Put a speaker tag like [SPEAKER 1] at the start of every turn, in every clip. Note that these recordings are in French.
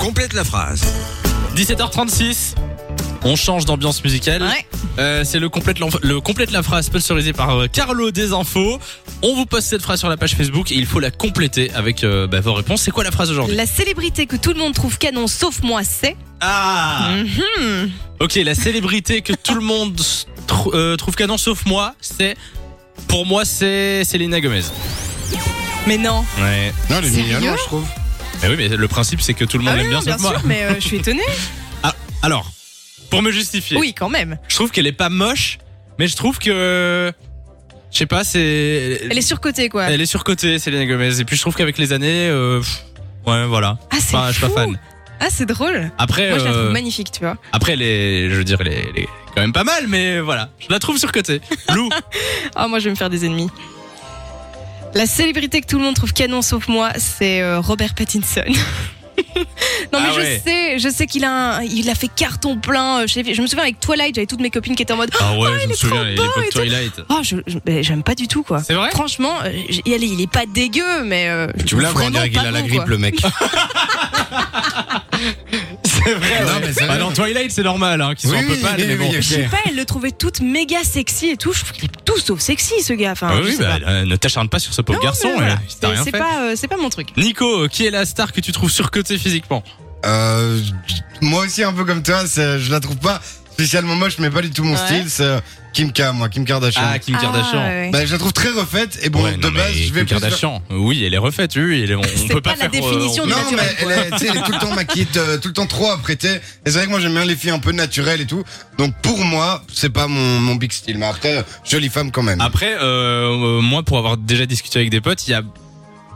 [SPEAKER 1] Complète la phrase.
[SPEAKER 2] 17h36. On change d'ambiance musicale.
[SPEAKER 3] Ouais.
[SPEAKER 2] Euh, c'est le complète, l'enf- le complète la phrase sponsorisé par euh, Carlo des infos. On vous poste cette phrase sur la page Facebook et il faut la compléter avec euh, bah, vos réponses. C'est quoi la phrase aujourd'hui
[SPEAKER 3] La célébrité que tout le monde trouve canon sauf moi, c'est.
[SPEAKER 2] Ah
[SPEAKER 3] Mhm.
[SPEAKER 2] Ok, la célébrité que tout le monde s- trou- euh, trouve canon sauf moi, c'est pour moi c'est Selena Gomez.
[SPEAKER 3] Mais non.
[SPEAKER 2] Ouais.
[SPEAKER 4] Non, elle est
[SPEAKER 3] Sérieux
[SPEAKER 4] mignonne, je trouve.
[SPEAKER 2] Mais Eh oui, mais le principe c'est que tout le monde
[SPEAKER 3] Ah oui,
[SPEAKER 2] l'aime bien
[SPEAKER 3] non, bien
[SPEAKER 2] sauf moi.
[SPEAKER 3] sûr, mais euh, je suis étonnée.
[SPEAKER 2] Alors, pour me justifier,
[SPEAKER 3] oui, quand même.
[SPEAKER 2] je trouve qu'elle est pas moche, mais je trouve que je sais pas, c'est
[SPEAKER 3] Elle est surcotée, quoi.
[SPEAKER 2] Elle est surcotée, Selena Gomez. Et puis je trouve qu'avec les années, euh, pff, ouais, voilà.
[SPEAKER 3] Ah, c'est
[SPEAKER 2] Enfin, je suis pas
[SPEAKER 3] fou.
[SPEAKER 2] fan.
[SPEAKER 3] Ah, c'est drôle.
[SPEAKER 2] Après,
[SPEAKER 3] Moi, je la
[SPEAKER 2] euh,
[SPEAKER 3] trouve magnifique, tu vois.
[SPEAKER 2] après, elle est, je veux dire, elle est, elle est quand même pas mal, mais voilà, je la trouve surcotée. Lou,
[SPEAKER 3] Ah, moi, je vais me faire des ennemis. La célébrité que tout le monde trouve canon sauf moi, c'est euh, Robert Pattinson. non, mais
[SPEAKER 2] Ah
[SPEAKER 3] je
[SPEAKER 2] ouais.
[SPEAKER 3] sais, je sais qu'il a, un- il a fait carton plein. euh, Je, sais- je me souviens avec Twilight, j'avais toutes mes copines qui étaient en mode
[SPEAKER 2] ah ouais, je me
[SPEAKER 3] trop
[SPEAKER 2] souviens,
[SPEAKER 3] il Oh, est beau l'époque et tout.
[SPEAKER 2] Twilight.
[SPEAKER 3] Oh, je, je- ben, j'aime pas du tout, quoi.
[SPEAKER 2] C'est vrai
[SPEAKER 3] Franchement, euh, j- allez, il est pas dégueu, mais. euh, je
[SPEAKER 4] Tu
[SPEAKER 3] le
[SPEAKER 4] me l'as
[SPEAKER 3] trouve
[SPEAKER 4] on dirait qu'il
[SPEAKER 3] vraiment
[SPEAKER 4] a
[SPEAKER 3] pas
[SPEAKER 4] la
[SPEAKER 3] bon,
[SPEAKER 4] grippe,
[SPEAKER 3] quoi.
[SPEAKER 4] le mec.
[SPEAKER 2] C'est vrai.
[SPEAKER 4] Non, mais c'est
[SPEAKER 2] Bah
[SPEAKER 4] vrai.
[SPEAKER 2] non, Twilight, c'est normal, hein, qu'ils soient
[SPEAKER 4] Oui,
[SPEAKER 2] un peu
[SPEAKER 4] oui,
[SPEAKER 2] pâles,
[SPEAKER 4] oui,
[SPEAKER 2] mais
[SPEAKER 4] oui,
[SPEAKER 2] bon.
[SPEAKER 4] oui,
[SPEAKER 3] Je
[SPEAKER 4] ok.
[SPEAKER 3] sais pas, elle le trouvait toute méga sexy et tout. Je trouve qu'il est tout sauf sexy, ce gars. Enfin,
[SPEAKER 2] Ah
[SPEAKER 3] je
[SPEAKER 2] oui,
[SPEAKER 3] sais
[SPEAKER 2] bah,
[SPEAKER 3] pas.
[SPEAKER 2] euh, ne t'acharne pas sur ce pauvre
[SPEAKER 3] Non,
[SPEAKER 2] garçon,
[SPEAKER 3] mais voilà,
[SPEAKER 2] euh, si t'as rien
[SPEAKER 3] C'est
[SPEAKER 2] fait.
[SPEAKER 3] pas, euh, c'est pas mon truc.
[SPEAKER 2] Nico, euh, qui est la star que tu trouves surcotée physiquement
[SPEAKER 4] Euh, moi aussi, un peu comme toi, c'est- je la trouve pas spécialement moche, mais pas du tout mon
[SPEAKER 3] Ouais.
[SPEAKER 4] style. C'est euh, Kim K, moi, Kim Kardashian.
[SPEAKER 2] Ah, Kim Kardashian.
[SPEAKER 3] Ah, ouais.
[SPEAKER 4] Bah, je la trouve très refaite, et bon,
[SPEAKER 2] Ouais,
[SPEAKER 4] de
[SPEAKER 2] non, mais
[SPEAKER 4] base, je vais
[SPEAKER 2] Kim
[SPEAKER 4] plus vers-
[SPEAKER 2] Kardashian. Oui, elle est refaite, oui, elle est- on, on
[SPEAKER 3] C'est
[SPEAKER 2] peut pas,
[SPEAKER 3] pas la
[SPEAKER 2] faire, euh,
[SPEAKER 3] définition
[SPEAKER 2] on-
[SPEAKER 3] du
[SPEAKER 4] Non,
[SPEAKER 3] naturel,
[SPEAKER 4] mais elle est, tu sais, elle est tout le temps maquillée, euh, tout le temps trop apprêtée. Et c'est vrai que moi j'aime bien les filles un peu naturelles et tout. Donc pour moi, c'est pas mon, mon big style. Mais après, jolie femme quand même.
[SPEAKER 2] Après, euh, euh, moi, pour avoir déjà discuté avec des potes, il y a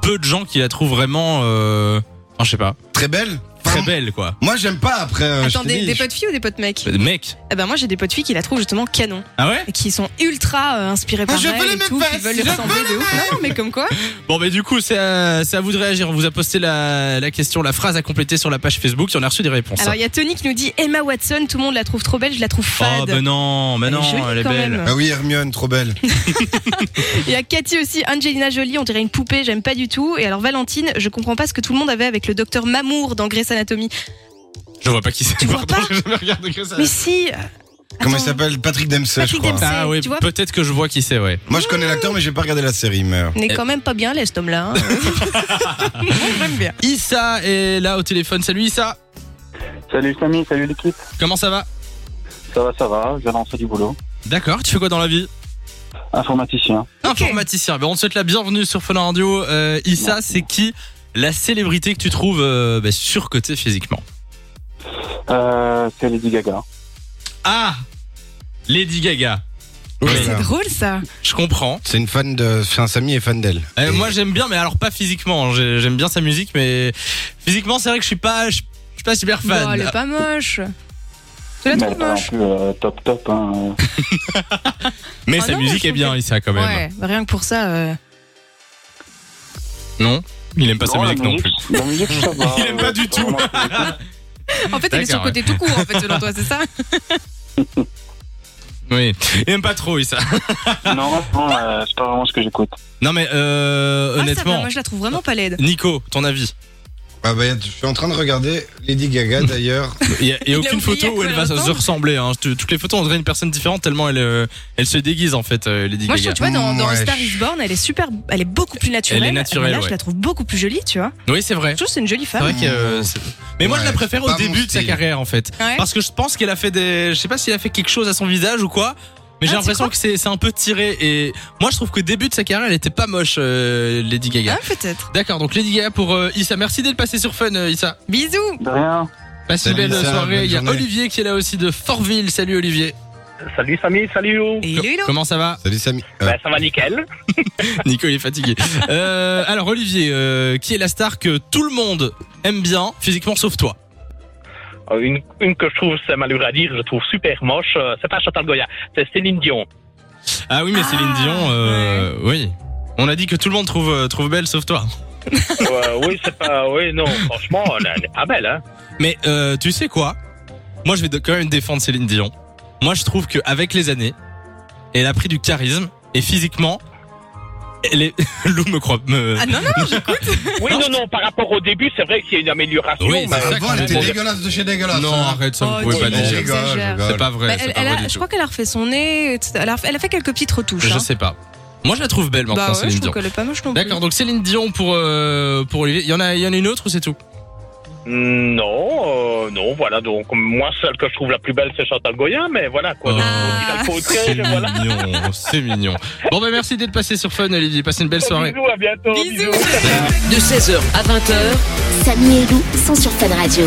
[SPEAKER 2] peu de gens qui la trouvent vraiment. Euh... Enfin, je sais pas.
[SPEAKER 4] Très belle
[SPEAKER 2] Très
[SPEAKER 4] Enfin,
[SPEAKER 2] belle, quoi.
[SPEAKER 4] Moi j'aime pas après. euh, je
[SPEAKER 3] Attends,
[SPEAKER 4] te
[SPEAKER 3] des,
[SPEAKER 4] dis,
[SPEAKER 3] des
[SPEAKER 4] je- Bah,
[SPEAKER 3] potes filles ou des potes mecs
[SPEAKER 2] Euh, Mec.
[SPEAKER 3] Eh ben moi j'ai des potes filles qui la trouvent justement canon,
[SPEAKER 2] Ah ouais
[SPEAKER 3] et qui sont ultra euh, inspirées par
[SPEAKER 4] Ah, je
[SPEAKER 3] elle
[SPEAKER 4] veux les
[SPEAKER 3] et
[SPEAKER 4] mêmes
[SPEAKER 3] tout, qui
[SPEAKER 4] fesses,
[SPEAKER 3] veulent lui
[SPEAKER 4] je veux
[SPEAKER 3] ressembler de ouf. Non, non, mais comme quoi
[SPEAKER 2] Bon, mais du coup, c'est à, c'est à vous de réagir. On vous a posté la, la question, la phrase à compléter sur la page Facebook. Et on a reçu des réponses.
[SPEAKER 3] Alors il y a Tony qui nous dit Emma Watson, tout le monde la trouve trop belle, je la trouve
[SPEAKER 2] oh,
[SPEAKER 3] fade.
[SPEAKER 4] bah,
[SPEAKER 2] ben non, ben
[SPEAKER 3] Elle est
[SPEAKER 2] non,
[SPEAKER 3] jolie
[SPEAKER 2] elle est
[SPEAKER 3] quand
[SPEAKER 2] belle.
[SPEAKER 3] même.
[SPEAKER 4] Ah oui, Hermione, trop belle.
[SPEAKER 3] Il y a Cathy aussi, Angelina Jolie, on dirait une poupée, j'aime pas du tout. Et alors Valentine, je comprends pas ce que tout le monde avait avec le docteur Mamour dans Grey's Anatomy.
[SPEAKER 2] Je vois pas qui c'est.
[SPEAKER 3] Tu vois
[SPEAKER 2] Pardon,
[SPEAKER 3] pas
[SPEAKER 2] j'ai jamais regardé que ça.
[SPEAKER 3] Mais si euh,
[SPEAKER 4] Comment il
[SPEAKER 3] attends.
[SPEAKER 4] s'appelle Patrick Dempsey, je
[SPEAKER 3] Patrick
[SPEAKER 4] crois.
[SPEAKER 3] Dempsey.
[SPEAKER 2] Ah oui,
[SPEAKER 3] tu vois
[SPEAKER 2] peut-être que je vois qui c'est, ouais.
[SPEAKER 4] Moi je connais l'acteur, mais j'ai pas regardé la série. Mais... euh,
[SPEAKER 3] On
[SPEAKER 2] Eh.
[SPEAKER 3] est quand même pas bien à l'aise, cet homme-là. hein. Moi, j'aime bien.
[SPEAKER 2] Issa est là au téléphone. Salut Issa.
[SPEAKER 5] Salut Samy, salut l'équipe.
[SPEAKER 2] Comment ça va
[SPEAKER 5] Ça va, ça va, je viens lancer du boulot.
[SPEAKER 2] D'accord, tu fais quoi dans la vie
[SPEAKER 5] Informaticien.
[SPEAKER 2] Informaticien. Ben, on te souhaite la bienvenue sur Fun Radio. Euh, Issa,
[SPEAKER 5] Merci.
[SPEAKER 2] c'est qui la célébrité que tu trouves euh, ben, surcotée physiquement
[SPEAKER 5] Euh, c'est Lady Gaga.
[SPEAKER 2] Ah Lady Gaga.
[SPEAKER 4] Oui,
[SPEAKER 2] Oui.
[SPEAKER 4] c'est-
[SPEAKER 3] C'est drôle ça.
[SPEAKER 2] Je comprends.
[SPEAKER 4] C'est une fan de. Enfin, Samy est fan d'elle.
[SPEAKER 2] Euh,
[SPEAKER 4] Et-
[SPEAKER 2] moi j'aime bien, mais alors pas physiquement. hein. J'ai- J'aime bien sa musique, mais physiquement c'est vrai que je suis pas, je, je suis pas super fan.
[SPEAKER 3] Bon, elle est pas moche. Tu la
[SPEAKER 5] Mais elle
[SPEAKER 3] trouves
[SPEAKER 5] est pas non
[SPEAKER 3] moche
[SPEAKER 5] plus euh, top top. Hein.
[SPEAKER 2] Mais
[SPEAKER 3] Ah
[SPEAKER 2] sa musique
[SPEAKER 3] non, mais je
[SPEAKER 2] est
[SPEAKER 3] trouve
[SPEAKER 2] bien,
[SPEAKER 3] que-
[SPEAKER 2] Issa quand même.
[SPEAKER 3] Ouais, bah, rien que pour ça. euh,
[SPEAKER 2] Non, il aime pas sa
[SPEAKER 5] Non, la
[SPEAKER 2] musique non plus.
[SPEAKER 5] La musique, ça va.
[SPEAKER 2] Il aime pas
[SPEAKER 5] euh,
[SPEAKER 2] du
[SPEAKER 5] c'est
[SPEAKER 2] tout.
[SPEAKER 5] vraiment cool.
[SPEAKER 3] En fait, elle est sur
[SPEAKER 2] D'accord,
[SPEAKER 3] côté tout court, en fait, selon toi, c'est Ah, ça
[SPEAKER 2] Oui, il aime pas trop Issa.
[SPEAKER 5] non, vraiment, euh, c'est pas vraiment ce que j'écoute.
[SPEAKER 2] Non mais euh,
[SPEAKER 3] Ah, ça va,
[SPEAKER 2] honnêtement,
[SPEAKER 3] moi, je la trouve vraiment pas laide.
[SPEAKER 2] Nico, ton avis
[SPEAKER 4] Ah bah, je suis en train de regarder Lady Gaga d'ailleurs.
[SPEAKER 2] Il y a, il y a
[SPEAKER 3] Il a
[SPEAKER 2] aucune
[SPEAKER 3] oublié
[SPEAKER 2] photo
[SPEAKER 3] à
[SPEAKER 2] où
[SPEAKER 3] quoi
[SPEAKER 2] elle
[SPEAKER 3] elle
[SPEAKER 2] va se
[SPEAKER 3] ressemble.
[SPEAKER 2] ressembler. hein. Toutes toutes les photos, on dirait une personne différente tellement elle, euh, elle se déguise en fait, euh, Lady
[SPEAKER 3] Moi, je
[SPEAKER 2] Gaga.
[SPEAKER 3] trouve, tu vois, dans, dans
[SPEAKER 4] Ouais.
[SPEAKER 3] Star is Born, elle est super. Elle est beaucoup plus naturelle.
[SPEAKER 2] Elle est naturelle,
[SPEAKER 3] Là,
[SPEAKER 2] ouais.
[SPEAKER 3] je la trouve beaucoup plus jolie, tu vois.
[SPEAKER 2] Oui, c'est vrai.
[SPEAKER 3] Je trouve que Ah. c'est une jolie
[SPEAKER 2] C'est
[SPEAKER 3] femme.
[SPEAKER 2] vrai que. euh, c'est- Mais moi, je la
[SPEAKER 4] Ouais,
[SPEAKER 2] préfère au
[SPEAKER 4] pas mon
[SPEAKER 2] début de sa
[SPEAKER 4] style.
[SPEAKER 2] carrière en fait.
[SPEAKER 3] Ouais.
[SPEAKER 2] Parce que je pense qu'elle a fait des. Je sais pas s'il a fait quelque chose à son visage ou quoi. Mais j'ai
[SPEAKER 3] Ah, tu
[SPEAKER 2] l'impression
[SPEAKER 3] crois
[SPEAKER 2] que c'est c'est un peu tiré. Et moi, je trouve que début de sa carrière, elle était pas moche, euh, Lady Gaga.
[SPEAKER 3] Ah, peut-être.
[SPEAKER 2] D'accord, donc Lady Gaga pour euh, Issa. Merci d'être passé sur Fun, euh, Issa.
[SPEAKER 3] Bisous
[SPEAKER 5] De rien.
[SPEAKER 2] Passe une
[SPEAKER 4] Salut,
[SPEAKER 2] belle
[SPEAKER 4] Issa,
[SPEAKER 2] soirée.
[SPEAKER 4] bonne
[SPEAKER 2] Il y a
[SPEAKER 4] journée.
[SPEAKER 2] Olivier qui est là aussi de Fortville. Salut, Olivier.
[SPEAKER 6] Salut Samy, salut Yo.
[SPEAKER 3] Et hello, hello.
[SPEAKER 2] Comment ça va
[SPEAKER 4] Salut Samy. Euh,
[SPEAKER 6] Bah, ça va nickel.
[SPEAKER 2] Nico, il est fatigué. Euh, alors, Olivier, euh, qui est la star que tout le monde aime bien, physiquement, sauf toi
[SPEAKER 6] Euh, Une, une que je trouve, c'est malheureux à dire, je trouve super moche. euh, C'est pas Chantal Goya, c'est Céline Dion.
[SPEAKER 2] Ah oui, mais
[SPEAKER 3] Ah,
[SPEAKER 2] Céline Dion, euh, oui. On a dit que tout le monde trouve, euh, trouve belle sauf toi.
[SPEAKER 6] Euh, oui, c'est pas. Oui, non, franchement, elle, elle est pas belle. Hein.
[SPEAKER 2] Mais euh, tu sais quoi Moi, je vais de- quand même défendre Céline Dion. Moi, je trouve qu'avec les années, elle a pris du charisme et physiquement, Elle est- Lou me croit. me-
[SPEAKER 3] Ah non, non, j'écoute.
[SPEAKER 6] Oui, non, non, par rapport au début, c'est vrai qu'il y a une amélioration.
[SPEAKER 2] Oui,
[SPEAKER 6] mais-
[SPEAKER 2] c'est ça
[SPEAKER 4] bah, Avant,
[SPEAKER 2] qu'on
[SPEAKER 4] elle était
[SPEAKER 2] dit.
[SPEAKER 4] dégueulasse de chez dégueulasse.
[SPEAKER 2] non,
[SPEAKER 4] hein.
[SPEAKER 2] arrête, ça, vous
[SPEAKER 3] Oh,
[SPEAKER 2] pouvez
[SPEAKER 3] tu
[SPEAKER 2] pas
[SPEAKER 4] Je
[SPEAKER 2] dire.
[SPEAKER 3] rigoles.
[SPEAKER 4] rigole, je
[SPEAKER 3] Exagère.
[SPEAKER 4] rigole.
[SPEAKER 2] C'est pas vrai.
[SPEAKER 3] Bah,
[SPEAKER 2] c'est
[SPEAKER 3] elle,
[SPEAKER 2] pas
[SPEAKER 3] elle
[SPEAKER 2] vrai
[SPEAKER 3] a,
[SPEAKER 2] du
[SPEAKER 3] je
[SPEAKER 2] tout.
[SPEAKER 3] crois qu'elle a refait son nez. etc. Elle a, elle a fait quelques petites retouches.
[SPEAKER 2] Je
[SPEAKER 3] hein.
[SPEAKER 2] sais pas. Moi, je la trouve belle maintenant,
[SPEAKER 3] Bah ouais,
[SPEAKER 2] Céline
[SPEAKER 3] je trouve
[SPEAKER 2] Dion.
[SPEAKER 3] qu'elle est pas moche non plus.
[SPEAKER 2] D'accord, donc Céline Dion pour, euh, pour Olivier. Il y, en a, il y en a une autre ou c'est tout
[SPEAKER 6] Non, euh, non, voilà. Donc, moi, celle que je trouve la plus belle, c'est Chantal Goya, mais voilà, quoi.
[SPEAKER 2] euh,
[SPEAKER 6] Donc,
[SPEAKER 3] Ah.
[SPEAKER 6] il faut autre
[SPEAKER 2] C'est
[SPEAKER 6] chose, voilà.
[SPEAKER 2] mignon, c'est mignon. Bon, bah merci d'être passé sur Fun, Olivier. Passez une belle soirée.
[SPEAKER 6] Bisous, à bientôt.
[SPEAKER 3] Bisous.
[SPEAKER 1] De 16h à 20h,
[SPEAKER 7] Samy et Lou sont sur Fun Radio.